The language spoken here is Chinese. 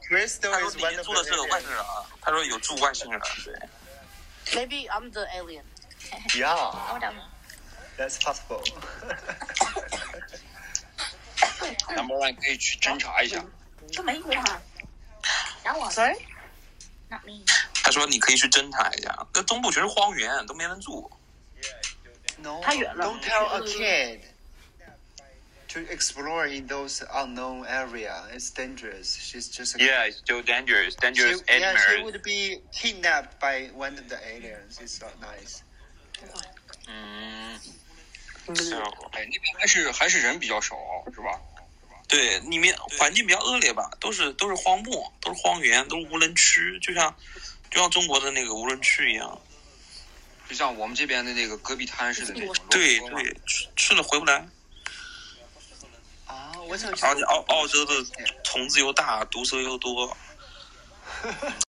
Crystal 他说 is 里 one 面 of 住的是有 the 外星人啊，他说有住外星人，啊对， Maybe I'm the alien. Yeah, Hold on. that's possible. 南波兰可以去侦查一下。这没有啊。That was Sorry? not me. 他说你可以去侦查一下，那中部全是荒原，都没人住。 No, 太远了。 don't tell a kid to explore in those unknown area. It's dangerous. She's just a Yeah, it's still dangerous, She, dangerous yeah, she animals. would be kidnapped by one of the aliens. It's not nice. 嗯，哎，那边还是还是人比较少，是吧？对，里面环境比较恶劣吧，都是都是荒漠，都是荒原，都是无人区，就像就像中国的那个无人区一样。就像我们这边的那个戈壁滩似的那种。对如果说对，去去了回不来，啊，我想去而且澳澳洲的虫子又大，毒蛇又多，